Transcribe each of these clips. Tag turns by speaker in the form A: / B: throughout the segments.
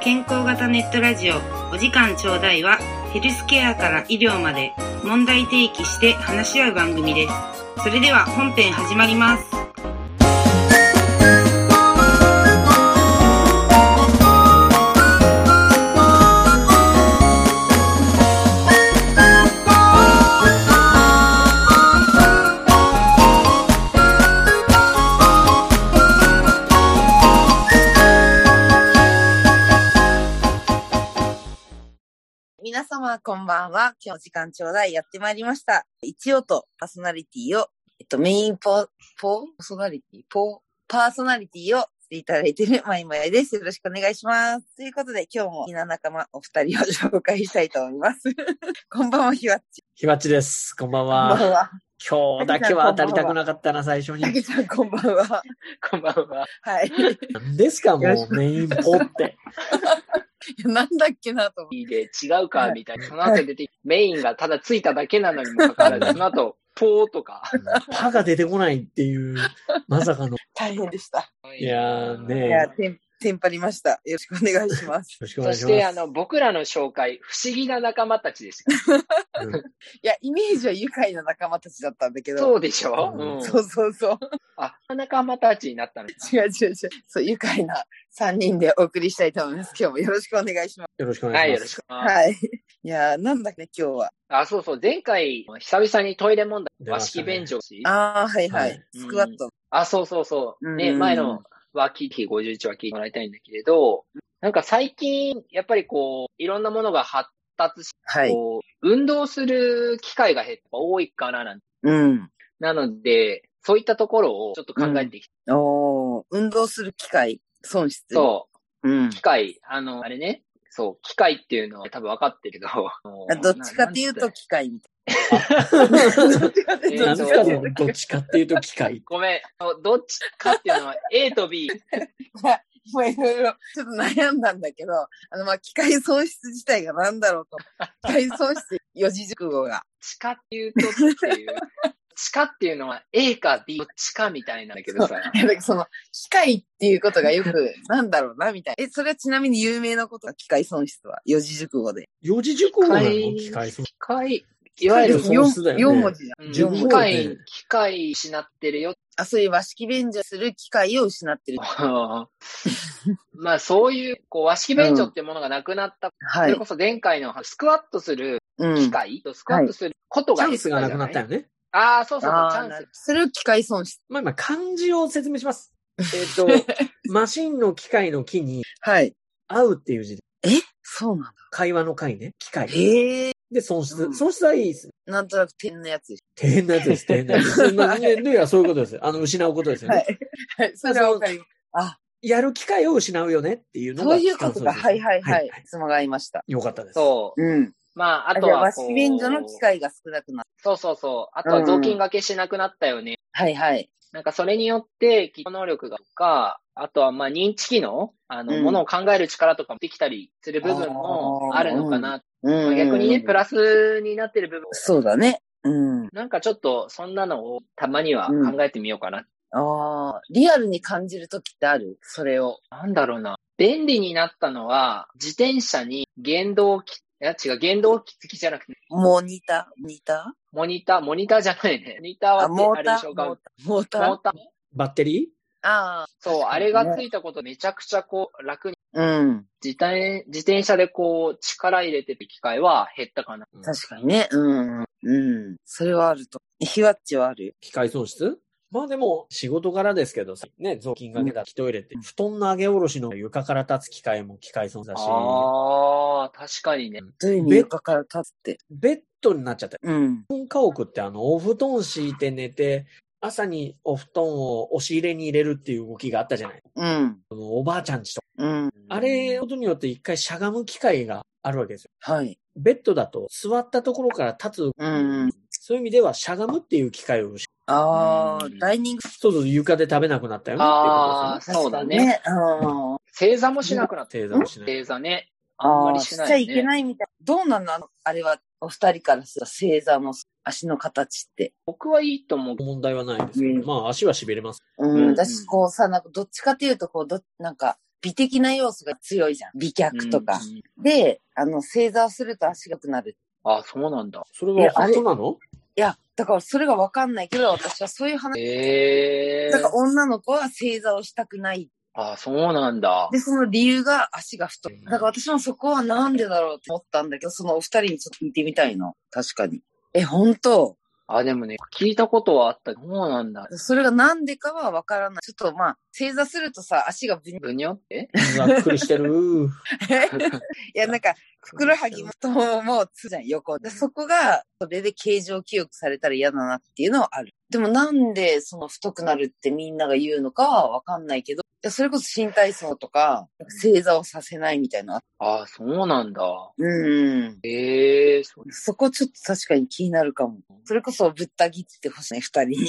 A: 健康型ネットラジオお時間ちょうだいはヘルスケアから医療まで問題提起して話し合う番組ですそれでは本編始まります
B: 皆様、こんばんは。今日時間ちょうだいやってまいりました。一応とパーソナリティを、えっと、メインポ、ポーソナリティポーパーソナリティをしていただいているまいまやです。よろしくお願いします。ということで、今日もひな仲間お二人を紹介したいと思います。 こんばんは、ひわっち。
C: ひまっちです。こんばん
B: こんば
C: は。
B: んは。
C: 今日だけは当たりたくなかったな、最初
B: た
C: に。
B: けちゃん、こんばんは。
D: こんばんは。
B: はい。
C: 何ですか、
B: よろ
C: も
B: し
C: うメインポって。
B: いやなんだっけなと思って。
D: いいで、違うか、みたいな。その後出て、メインがただついただけなのにもかかわらず、その後、ポーとか。
C: パが出てこないっていう、まさかの。
B: 大変でした。
C: いやーね
B: いや、テン、テンパりました。よろしくお願いします。
C: よろしくお願
D: そ
C: いし
D: し
C: ます。
D: て、あの、僕らの紹介、不思議な仲間たちでした。
B: いや、イメージは愉快な仲間たちだったんだけど。
D: そうでしょ、
C: う
D: うんん、
B: そうそうそう。
D: あ、仲間たちになったの。
B: 違う違う違う。そう、愉快な3人でお送りしたいと思います。今日もよろしくお願いします。
C: よろしくお
D: は
C: 願
D: い、
C: い
D: よ
C: しま
D: ろし
C: す。
D: く。あ、
B: はい。いやー、なんだっけ、今日は。
D: そうそう、前回、久々にトイレ問
C: 出
D: 題、
C: ま
D: 和
C: したね
D: 式便所し。
B: ああ、はいはい。
C: はい
B: スクワット。
D: あ、そうそうそう。ね、
B: うん
D: 前の脇、51は聞いてもらいたいんだけれど、なんか最近、やっぱりこう、いろんなものが発達し
B: はい。
D: こう、運動する機会が減った多いかななんて。
B: うん。
D: なので、そういったところをちょっと考えてきて、
B: おー運動する機会、損失。。
D: そう
B: うん
D: う、機。械、あの、あれね、そう、機械っていうのは多分分かってるけど、あの
B: あどっちかっていう と、、機械みたいな。どっちかっていうと
C: 何ですか、そのど
D: ろしくお願いします
C: っちかっていうと機械。
D: ごめん、どっちかっていうのは A と B。
B: まあ、いろいろ、 ちょっと悩んだんだけど、あの、まあ、機械損失自体が何だろうと。機械損失、 四字熟語 が。
D: 地下っていうとっていう。地下っていうのは A か B、どっちかみたいなんだけどさ。
B: いや、だからその、機械っていうことがよく、なんだろうな、みたいな。え、それはちなみに有名なことは機械損失は、四字熟語で。
C: 四字熟語なの機械。
D: 機械、いわゆる、
C: 損失だよね
B: 4文字じゃん。
D: うん
C: 自分
D: 機
C: をね
D: 械、機械失ってるよ
B: あ、そういう和式便所する機械を失ってる。
D: まあそういう、こう、和式便所ってものがなくなった。
B: は
D: そ
B: い
D: れ。こそ前回のスクワットする
B: うん。
D: 機械とスクワットすること
C: チ
D: が
C: ャ
D: 減
C: ン
D: った
C: ス
D: じ
C: が
D: ゃい
C: なくなったよね。
D: ああ、そうそうそう、チ
B: あ
D: ャ
B: あ、
D: ン
B: な
D: ス
B: る。それを機械損失。
C: まあ今、漢字を説明します。えっ、と、 マシンの機械の機に、
B: はい。
C: 合うっていう字で、
B: えそうなんだ。
C: 会話の会ね、機械。
B: へえ。
C: で、損失
B: う。ん
C: 損失はいいです。
B: なんとなく点のやつでし
C: 大変なやつです、大変なや つです。まあ人間ではそういうことですよ。あの、失うことです
B: ょ
C: よね。
B: い。はい。それはわかります。あ、
C: やる機会を失うよねっていうのが。
B: そういうことか。
C: 感想です
B: はいはいはい。つまがりました。
C: よかったです。
D: そう。
B: うん。
D: まあ、あ
B: あ
D: と
B: とは
D: は
B: 和
D: こう、
B: 式便所の機械が少なくなる。
D: そうそうそう。あとは雑巾がけしなくなったよね。
B: はいはい。
D: なんかそれによって、機能力がとか、あとはまあ認知機能、あの、
B: うん
D: ものを考える力とかもできたりする部分もあるのかな。
B: うん。
D: 逆にね、プラスになってる部分
B: そうだね。うん。
D: なんかちょっと、そんなのをたまには考えてみようかな。
B: ああ、リアルに感じるときってあるそれを。
D: なんだろうな。便利になったのは、自転車に原動機、いや違う、原動機付きじゃなくて、
B: モニター、モニタ
D: モニター、モニターじゃないね。モニター
B: ー
D: は
B: あ、
D: って
B: モ
D: あ
B: ー
D: れ
B: タ
D: で
B: ー
D: しょうか。
B: モーター。モーター。
D: モーター。
C: バッテリ
B: あ
D: そう、あれがついたことめちゃくちゃこう、楽に、
B: あ、うん。
D: 自転、自転車でこう、力入れてる機会は減ったかな。
C: ー
B: 確かにね。うん。うん。それはあると。ひわっちはある。
C: 機械損失まあでも、仕事柄ですけどさ、ね、雑巾がけだ、トイレって、布団の上げ下ろしの床から立つ機械も機械損失だし、
D: ああ、確かにね。
B: どういう意味
C: べ
B: 床から立つって。
C: ベッドになっちゃった。
B: うん。
C: 布団家屋ってあの、お布団敷いて寝て、朝にお布団を押し入れに入れるっていう動きがあったじゃない。
B: うん。
C: そのおばあちゃんちとか。
B: うん。
C: あれ、ことによって一回しゃがむ機会があるわけですよ。
B: はい。
C: ベッドだと座ったところから立つ、
B: うん。
C: そういう意味ではしゃがむっていう機会を失
B: ああ
D: う、ん
B: ダイニング
C: う、そうそう床で食べなくなったよねっていうこと
D: あ
C: ですよね。
D: あ、そうだね。
B: ね。うん。
D: 正座もしなくなった。
C: 正座もしない。
D: 正座ね。あん
B: あ
D: ま
B: あ、
D: り
B: し
D: し
B: ち
D: ない
B: ゃ
D: ね
B: いけないみたい。どうなのあのあれは、お二人からすると正座の足の形って。
D: 僕はいいと思うけど。
C: 問題はないですけど、
B: うん
C: まあ足は痺れます。
B: うん、
D: うん
B: 私、こうさ、なんか、どっちかというと、こう、ど、なんか、美的な要素が強いじゃん。美脚とか
D: う。んうん
B: で、あの、正座をすると足が良くなる。
D: あ、そうなんだ。
C: それは本当なの
B: いや、だからそれがわかんないけど、私はそういう話。
D: ええ
B: だから女の子は正座をしたくない。
D: あ、そうなんだ
B: で、。その理由が足が太い。だから私もそこはなんでだろうって思ったんだけど、そのお二人にちょっと聞いてみたいの。確かに。え、本当
D: あ、でもね、聞いたことはあった。そうなんだ。
B: それがなんでかはわからない。ちょっとまあ、正座するとさ、足がブ ニ
D: ぶにょ って
C: ざっくりしてる。
B: いや、なんか、ふくらはぎも太ももをつじゃん、横。で、そこが、それで形状記憶されたら嫌だなっていうのはある。でもなんで、その太くなるってみんなが言うのかはわかんないけど、いやそれこそ新体操とか、正座をさせないみたいな。
D: あ、そうなんだ。
B: うん。
D: ええそう。
B: そこちょっと確かに気になるかも。それこそぶった切ってほしいね、二人に。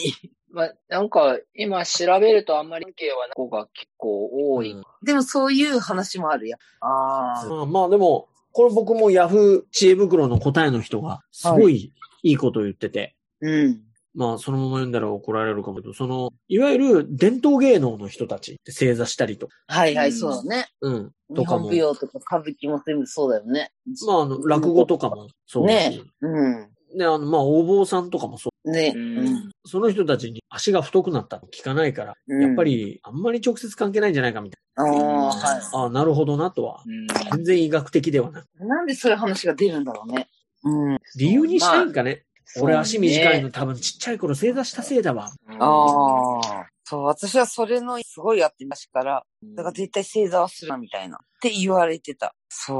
D: まあ、なんか、今調べるとあんまり関係はない子が結構多い。
C: うん
B: でもそういう話もあるや。ああ。
C: まあまあでも、これ僕もヤフー知恵袋の答えの人が、すごいいいこと言ってて、
B: うん。
C: まあそのまま読んだら怒られるかもけど、その、いわゆる伝統芸能の人たちって正座したりとか、
B: はいは
D: う
B: い、
D: ん
B: そうだね。
C: うん、と
B: 日
C: か
B: 本
C: も
B: 舞、踊とか歌舞伎も全部そうだよね。
C: まああの、落語とかもそうだし、
B: ねうん。
C: ね、あの、まあ、お坊さんとかもそ
B: ね。
D: うん。
C: う、その人たちに足が太くなったの聞かないから、
B: うん
C: やっぱり、あんまり直接関係ないんじゃないかみたい
B: ああ、はい。
C: な。ああ、なるほどなとは。
D: うん
C: 全然医学的ではなく。
B: なんでそういう話が出るんだろうね。うん。
C: 理由にしたいんかね。俺
D: そうね
C: 足短いの多分ちっちゃい頃正座したせいだわ。
D: あ。
B: ああ。そう、私はそれのすごいやってましたから、だから絶対正座はするな、みたいな。って言われてた。そう。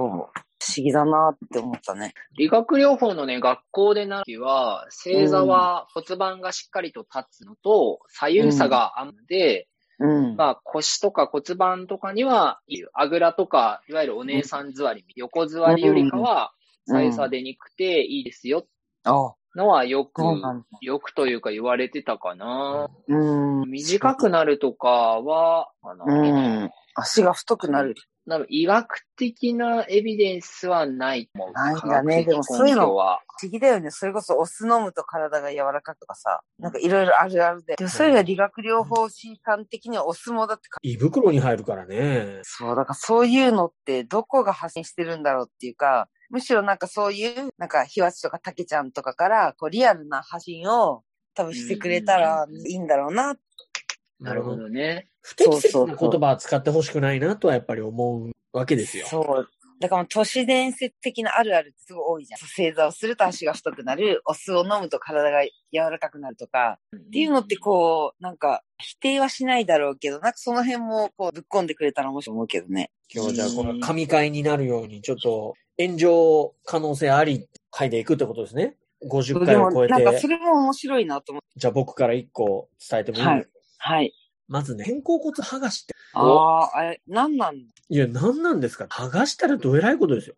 B: 不思議だなって思ったね。
D: 理学療法のね、学校でなるときは、正座は骨盤がしっかりと立つのと、左右差があるので、
B: うん。
D: まあ腰とか骨盤とかには、あぐらとか、いわゆるお姉さん座り、横座りよりかは、
B: うん
D: 左右差出にくていいですよ、
B: ああ。
D: のはよく、
B: そうなんだ。
D: よくというか言われてたかな。
B: うん。
D: 短くなるとかは、かな。
B: うん。足が太くなる。
D: なんか医学的なエビデンスはないと思う。
B: ないんだね
D: 科学的根拠は。
B: 不思議だよね。それこそお酢飲むと体が柔らかくとかさ。なんかいろいろあるあるで。でもそれが理学療法士さん的にはお相撲だって
C: 胃袋に入るからね。
B: そう、だからそういうのってどこが発信してるんだろうっていうか、むしろなんかそういう、なんかひわちとかたけちゃんとかから、こうリアルな発信を多分してくれたらいいんだろうな。
D: なるほどね。
C: 不適切な言葉は使ってほしくないなとはやっぱり思うわけですよ。
B: そう。だからもう都市伝説的なあるあるってすごい多いじゃん。正座をすると足が太くなる、お酢を飲むと体が柔らかくなるとか、っていうのってこう、なんか否定はしないだろうけど、なんかその辺もこうぶっ込んでくれたら面白いと思うけどね。
C: 今日じゃあこの神会になるように、ちょっと炎上可能性あり、書いていくってことですね。50
B: で
C: 回を
B: も
C: 超え
B: なんかそ
C: て、
B: れも面白いなと思って。
C: じゃあ僕から1個伝えてもいい、
B: はいはい。
C: まずね、肩甲骨剥がしって、
B: ああ、あれ、なんなんだ
C: いや、何なんですか剥がしたらどえらいこ とですよ。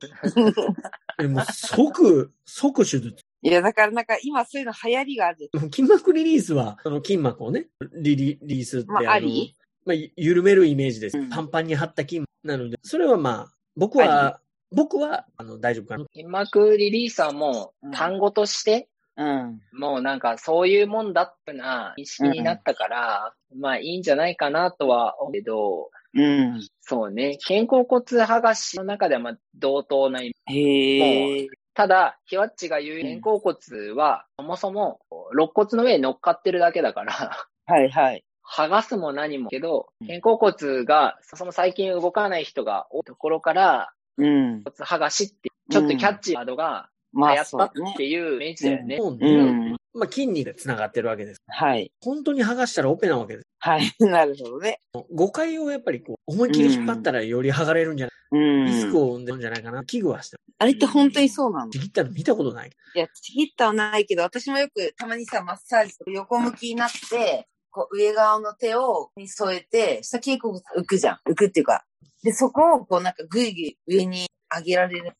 C: えもう即、即手術。
B: いや、だからなんか今そういうの流行りがある。
C: 筋膜リリースは、その筋膜をね、リリリリースって
B: まあ
C: の
B: あり
C: まあ、ゆ緩めるイメージです。
B: うん
C: パンパンに張った筋膜なので、それはまあ、僕は、僕は、あの、大丈夫かな。
D: 筋膜リリーサーも
B: うん
D: 単語として、
B: うん。
D: もうなんかそういうもんだってな意識になったから、まあいいんじゃないかなとは思うけど、
B: うん。
D: そうね、肩甲骨剥がしの中ではまあ同等な意味。
B: へえ。
D: ただ、ひわっちが言う肩甲骨は、そもそも肋骨の上に乗っかってるだけだから、
B: はいはい。
D: 剥がすも何もけど
B: うん、
D: 肩甲骨が、その最近動かない人が多いところから、
B: うん。
D: 骨剥がしって、ちょっとキャッチーワードが流
B: ま
D: 行
B: あ、
D: っ
B: そ
D: たっ
B: うね。
D: ていうイメージだよね。
C: もうね
B: うん。
C: まあ、筋肉で繋がってるわけです。
B: はい。
C: 本当に剥がしたらオペなわけです。
B: はい。 なるほどね。
C: 誤解をやっぱりこう、思いっきり引っ張ったらより剥がれるんじゃな
B: う
C: い、リスク
B: ん。
C: を生んでるんじゃないかな。危惧はしてる。
B: あれって本当にそうなの
C: ちぎったの見たことない。
B: いや、ちぎったはないけど、私もよくたまにさ、マッサージとか横向きになって、こう上側の手をに添えて、下結構浮くじゃん。浮くっていうか。で、そこをこうなんかぐいぐい上に上げられる。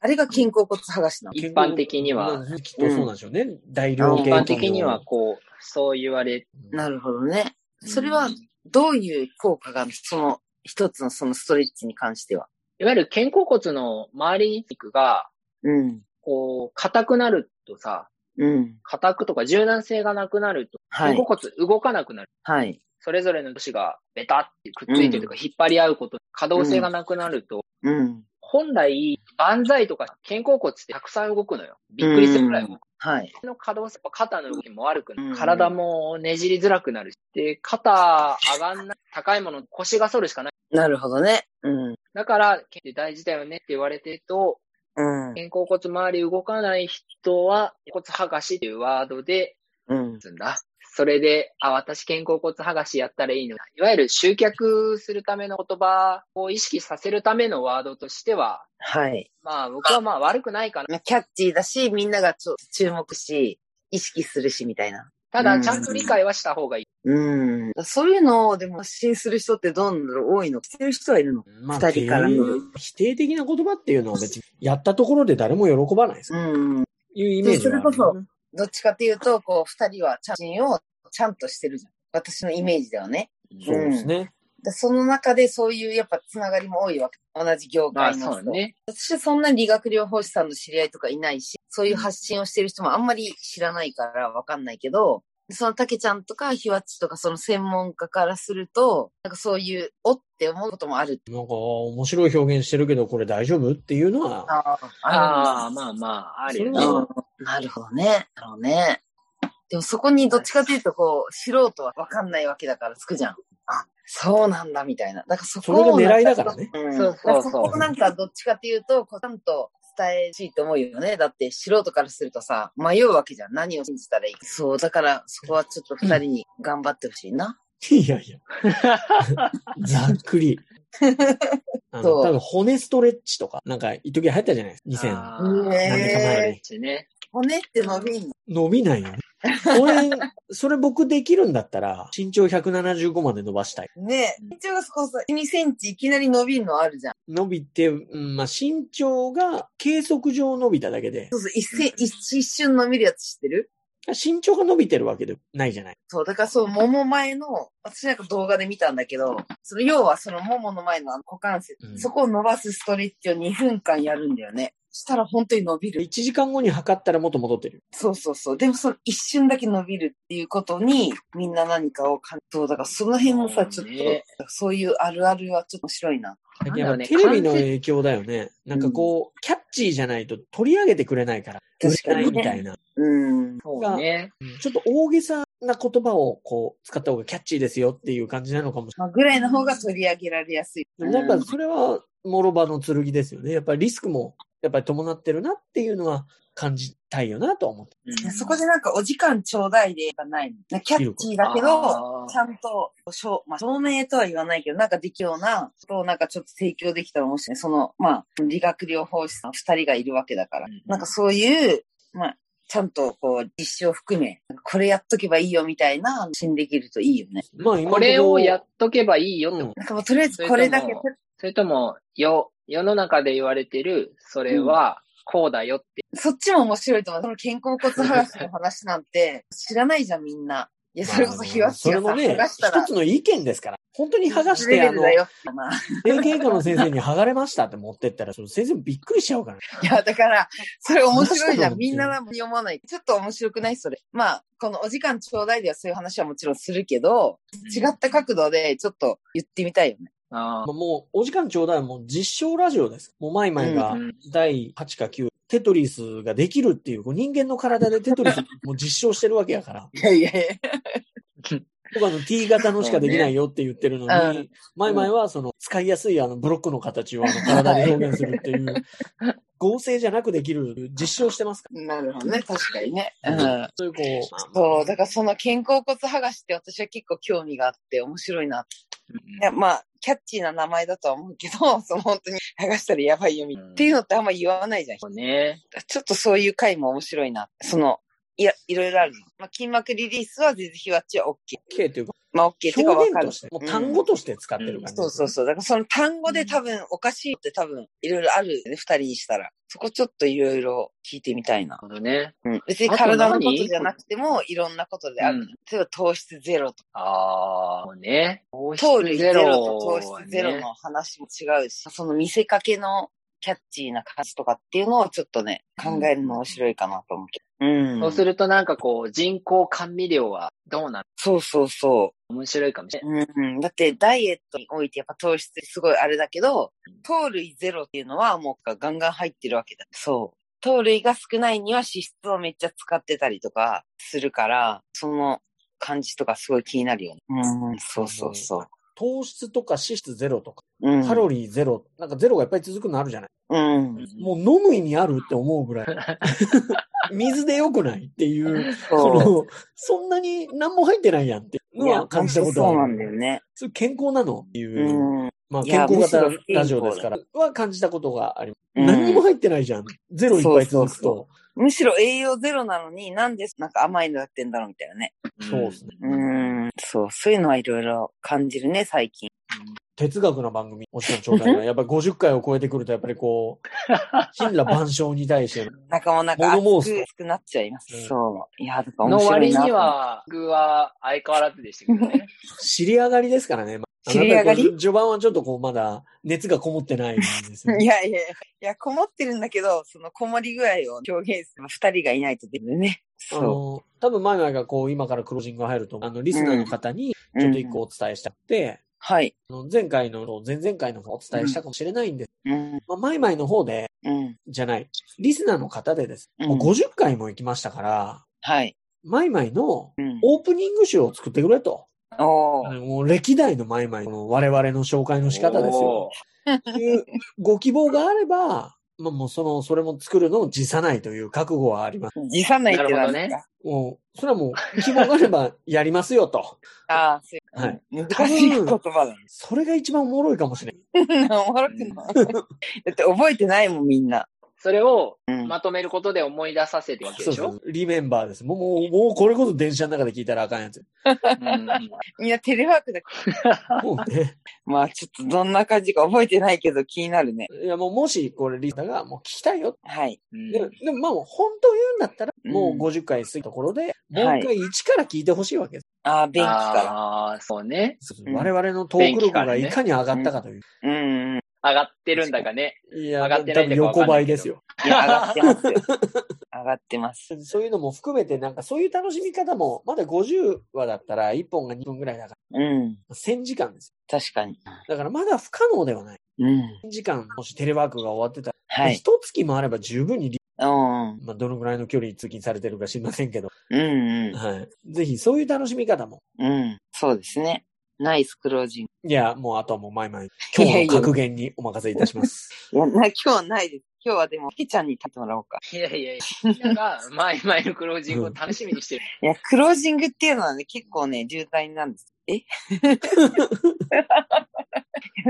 B: あれが肩甲骨剥がしなの。
D: 一般的には
C: まあ。きっとそうなんでしょうね。大量
B: うん
D: 一
C: 系
D: 般的にはこう、そう言われ、
B: なるほどね。それ
D: う
B: は
D: ん
B: どういう効果があるのその一つのそのストレッチに関しては。
D: いわゆる肩甲骨の周りに肉が、
B: うん。
D: こう、硬くなるとさ、
B: うん。
D: 硬くとか柔軟性がなくなると、
B: は
D: 肩
B: い。
D: 甲骨動かなくなる。
B: はい。
D: それぞれの都市がベタってくっついてるとか、引っ張り合うこと、可動性がなくなると、
B: うん。
D: 本来、万歳とか肩甲骨ってたくさん動くのよ。びっくりするぐらい動く。
B: はい。
D: の可動性、肩の動きも悪くなる
B: うん
D: 体もねじりづらくなるし、で、肩上がんない、高いもの、腰が反るしかない。
B: なるほどね。うん。
D: だから、肩って大事だよねって言われてると、
B: うん。
D: 肩甲骨周り動かない人は、骨剥がしっていうワードで、
B: うん。
D: すんだ。それで、あ、私肩甲骨剥がしやったらいいのに。いわゆる集客するための言葉を意識させるためのワードとしては、
B: はい。
D: まあ僕はまあ悪くないかな。
B: まあキャッチーだし、みんながちょ注目し、意識するし、みたいな。
D: ただ、ちゃんと理解はした方がいい。
B: うん。そういうのを、でも発信する人ってどうなんだろう多いのしてる人はいるの
C: ま
B: 二人からの
C: 経営否定的な言葉っていうのは別に、やったところで誰も喜ばないです。
B: うん。
C: いうイメージはある
B: そうそれこどっちかっていうと、こう、二人は写真をちゃんとしてるじゃん。私のイメージではね。
C: そうですね。
B: でその中でそういうやっぱつながりも多いわけ。同じ業
D: まあ
B: 界の
D: そ
B: 人。
D: うね。
B: 私はそんなに理学療法士さんの知り合いとかいないし、そういう発信をしてる人もあんまり知らないからわかんないけど、そのたけちゃんとかひわっちとかその専門家からすると、なんかそういう、おって思うこともある。
C: なんか、面白い表現してるけど、これ大丈夫っていうのは、
B: あ
D: あ
B: あ
D: あ、まあまあ、あるよ
C: それ
D: ね
C: は。
B: なるほどね。なるほどね。でもそこにどっちかというと、こう、素人はわかんないわけだからつくじゃん。あ、そうなんだみたいな。だからそこを
C: それが狙いだからね。
B: うん
D: そうそうそ
B: だ
D: う
B: からこなんかどっちかっていうと、こうちゃんと伝えしいと思うよね。だって素人からするとさ、迷うわけじゃん。何を信じたらいいかそう、だからそこはちょっと二人に頑張ってほしいな。
C: いやい や。ざっくり。あの、
B: そう
C: 多分骨ストレッチとか、なんか、一時流行ったじゃないですか。
D: あ
B: う
D: ー
B: んね
C: 何年か前に
D: ね。
B: 骨って伸びんの
C: 2000。伸びないよね。これ、それ僕できるんだったら、身長175まで伸ばしたい。
B: ねえ。身長がそこさ、2センチいきなり伸びるのあるじゃん。
C: 伸びて、うんまあ、身長が計測上伸びただけで
B: そ、うそう、一せ、一一瞬伸びるやつ知ってる
C: 身長が伸びてるわけでもないじゃない。
B: そう、だからそう、もも前の、私なんか動画で見たんだけど、その要はそのももの前のあの股関節、
C: うん
B: そこを伸ばすストレッチを2分間やるんだよね。したら本当に伸びる。
C: 1時間後に測ったらもっと戻ってる。
B: そうそうそう。でもその一瞬だけ伸びるっていうことに、みんな何かを感動。だからその辺もさ、ち
D: そ
B: ょ
D: う
B: っ
D: ね
B: と、そういうあるあるはちょっと面白いな。
D: なんだ
C: や
D: ろ
C: っ
D: う
C: ぱ
D: ね
C: テレビの影響だよね。なんかこう、キャッチーじゃないと取り上げてくれないから、
B: 確かにね
C: 売れないみたいな。
B: うん。
D: そうね。
C: ちょっと大げさな言葉をこう、使った方がキャッチーですよっていう感じなのかもし
B: まあ、ぐらいの方が取り上げられやすい。
C: れない。やっぱそれは、諸刃の剣ですよね。やっぱりリスクも、やっぱり伴ってるなっていうのは感じたいよなとは思って。
D: うん
B: そこでなんかお時間ちょうだいでがない。なんかキャッチーだけ
D: あ
B: ど
D: ー、
B: ちゃんと、しょうまあ、証明とは言わないけど、なんかできるようなことをなんかちょっと提供できたら面白い。その、まあ、理学療法士さん二人がいるわけだから
D: うん。
B: なんかそういう、まあ、ちゃんとこう、実証を含め、なんかこれやっとけばいいよみたいな、発信できるといいよね。
C: まあ今のと
D: こ
C: ころ
D: れをやっとけばいいよって
C: うん
B: なんかもうとりあえずこれだけ、
D: そそれとも、よ、世の中で言われてる、それは、こうだよって。
B: そっちも面白いと思う。その肩甲骨剥がしの話なんて、知らないじゃんみんな。い や、それこそひわっち
C: それ
B: がさ、
C: も
B: 剥
C: ね
B: が、したら
C: 一つ、の意見ですから。本当に剥がし
B: レベ
C: て、あ
B: ル
C: の、
B: だよってな。
C: 整形外科の先生に剥がれましたって持ってったら、その先生びっくりしちゃうから、ね。
B: いや、だから、それ面白いじゃ
C: 話したの
B: ん。みんな何も読まない。ちょっと面白くないそれ。まあ、このお時間ちょうだいではそういう話はもちろんするけど、違った角度でちょっと言ってみたいよね。
C: ま
D: あ
C: あもう、お時間ちょうだい、もう実証ラジオです。もう、マイマイが
D: うんうん
C: 第8か9、テトリスができるっていう、こう人間の体でテト リスもう実証してるわけやから、
B: いやいやい
C: 僕あの T 型のしかできないよって言ってるの
B: そう
C: に、
B: ねう
C: マイマイはその使いやすいあのブロックの形をあの体で表現するっていう、 合成じゃなくできる実証してますか
B: や。なるほどね。確かにね。う
C: ら、
B: ん。
C: そういうこう、
B: そう、だからその肩甲骨剥がしって私は結構興味があって面白いな。いや、まあ、キャッチーな名前だとは思うけど、 その本当に剥がしたらやばいよみたいな、
D: うん
B: っていうのってあんま言わないじゃん。
D: そうね。
B: ちょっとそういう回も面白いな。その、いや、いろいろあるの。まあ、筋膜リリースは全然ひわっちは OK。
C: K というか、
B: まあ、OK とかわ
C: 表
B: かる
C: 現と。して、もう単語として使ってる感じ、
B: そうそうそう。だからその単語で多分おかしいって多分いろいろあるよね、二人にしたら。そこちょっといろいろ聞いてみたいな
D: なる。ほどね。
B: うん、別に体のことじゃなくてもいろんなことである。
D: うん
B: 例えば糖質ゼロとか、
D: ああ、そうね。糖
B: 糖類ゼロと
D: はね
B: 糖質ゼロの話も違うし、その見せかけのキャッチーな感じとかっていうのをちょっとね、考えるの面白いかなと思うけど。うん。
D: そうするとなんかこう、人工甘味料はどうなの
B: そうそうそ
D: 面白いかもしれない。
B: うん、だってダイエットにおいてやっぱ糖質すごいあれだけど、糖類ゼロっていうのはもうガンガン入ってるわけだ。そう。糖類が少ないには脂質をめっちゃ使ってたりとかするから、その感じとかすごい気になるよね。うん、そうそうそ
C: 糖質とか脂質ゼロとか、
B: う。うん。
C: カロリーゼロ、なんかゼロがいっぱい続くのあるじゃない
B: うん。
C: もう飲む意味あるって思 うぐらい。水でよくないっていう、そ
B: そう。
C: の、そんなに何も入ってないやんっていうのは感じたこと
B: そう
C: は
B: な
C: あ
B: ん
C: る。
B: だよね。
C: それ健康なのっていう、
B: うん。
C: まあ
B: い
C: 健
B: や
C: 康型
B: むしろ不健康だ
C: ラジオですから、は感じたことがあります。
B: うん
C: 何にも入ってないじゃん。ゼロいっぱい続くと。
B: むしろ栄養ゼロなのになんでなんか甘いのやってんだろうみたいなね。
C: そうですね。
B: うん、そう、そういうのはいろいろ感じるね、最近。
C: 哲学の番組、おっしゃる頂戴の、やっぱり50回を超えてくると、やっぱりこう、 神羅万象に対しての、
B: なんかもうなんか熱
C: 物
B: く
C: 申す
B: 熱くなっちゃいます。
C: うん
B: そう。いや、だから面
D: の
B: 白い
D: 割
B: なと思って。
D: には、僕は相変わらずでしたけどね。
C: 知り上がりですからね。まあ
B: 知り上がり
C: あなたこう序盤はちょっとこう、まだ熱がこもってないんですよね
B: いやいやいや、こもってるんだけど、そのこもり具合を表現する二人がいないとできるね。
C: あ
B: そ
C: の、多分前々がこう、今からクロージングが入ると、あの、リスナーの方に、
B: う。
C: ちょっと一
B: うん
C: 個お伝えしたくて、
B: はい。
C: あの前回の、前々回の方お伝えしたかもしれないんです。
B: うん。
C: まあ、前々の方で、
B: うん。
C: じゃない、リスナーの方でです。
B: うん
C: もう50回も行きましたから、
B: はい。
C: 前々の
B: うん。
C: オープニング集を作ってくれと。
B: おー
C: もう歴代の前々の我々の紹介 の仕方ですよ。いうご希望があれば、 まあもうその、それも作るのを辞さないという覚悟はあります。
B: 辞さないって
D: なるほ
B: なん
D: どね
B: か。
C: もう、それはもう希望があればやりますよと。
B: ああ、そういう
C: はい。
B: 難しい言葉だね。
C: それが一番おもろいかもしれない。
B: おもろくない。だって覚えてないもん、みんな。
D: それを
B: うん。
D: まとめることで思い出させてるわけ
C: そ
D: で
C: う
D: し
C: そ
D: ょ
C: う。リメンバーです。もう、もう、もうこれこそ電車の中で聞いたらあかんやつ。
D: うん
B: みんなテレワークだから。
C: もうね。
B: まあ、ちょっとどんな感じか覚えてないけど気になるね。
C: いや、もうもし、これ、リーダーが、もう聞きたいよ。
B: はい。
D: うん
C: でも、でもまあ、本当言うんだったら、もう
B: うん
C: 50回過ぎたところで、もう
B: はい
C: 一回一から聞いてほしいわけで
B: ああ、便器か
D: ああ、そうね。
C: す。
B: うん
C: 我々のトーク力がいかに上がったかという。
B: ら。うん。うん
D: 上がってるんだかね。
C: いや、
D: 上がってないんだかわ
C: 横
D: かんな
C: ばい
D: いけ
C: で
D: ど
C: すよ。
B: いや、上がってます よ。上がってます。
C: そういうのも含めて、なんかそういう楽しみ方も、まだ50話だったら1本が2分ぐらいだか
B: うん。
C: ら、1000時間です。
B: 確かに。
C: だからまだ不可能ではない。
B: うん。
C: 1000時間、もしテレワークが終わってた
B: は
C: ら、
B: い。
C: 一月もあれば十分にリ、
B: うん。
C: まあ、どのぐらいの距離通勤されてるか知りませんけど、
B: うん。
C: はい。ぜひ、そういう楽しみ方も。
B: うん。そうですね。ナイスクロージン
C: いや、もうあとはもう前々、
B: い
C: 今
B: やいや
C: 日の格言にお任せいたし ます。
B: グ。いや、な、今日はないです。今日はでも、きちゃんに立ってもらおうか。
D: いやいやいや、みんなが前々のクロージングを楽しみにして る。
B: いや、クロージングっていうのはね、結構ね、重大なんです。え いや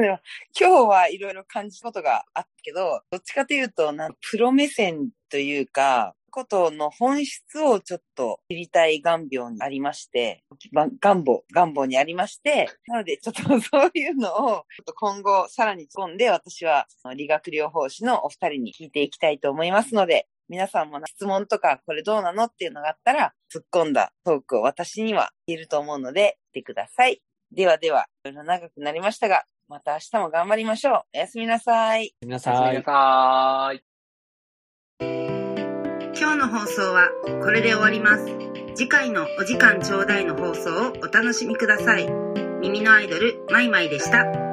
B: でも今日はいろいろ感じたことがあったけど、どっちかというと、なんプロ目線というか、ことの本質をちょっと知りたい願望にありまして、ば願望、願望にありまして、なのでちょっと そういうのを、ちょっと今後さらに突っ込んで、私はその理学療法士のお二人に聞いていきたいと思いますので、皆さんも質問とか、これどうなのっていうのがあったら、突っ込んだトークを私には言えると思うので、来てください。ではでは、いろいろ長くなりましたが、また明日も頑張りましょう。おやすみなさい。
C: 皆
D: ご
C: さ
D: めん
C: ん
D: な。さーい。
A: 今日の放送はこれで終わります次回のお時間ちょうだいの放送をお楽しみください耳のアイドルマイマイでした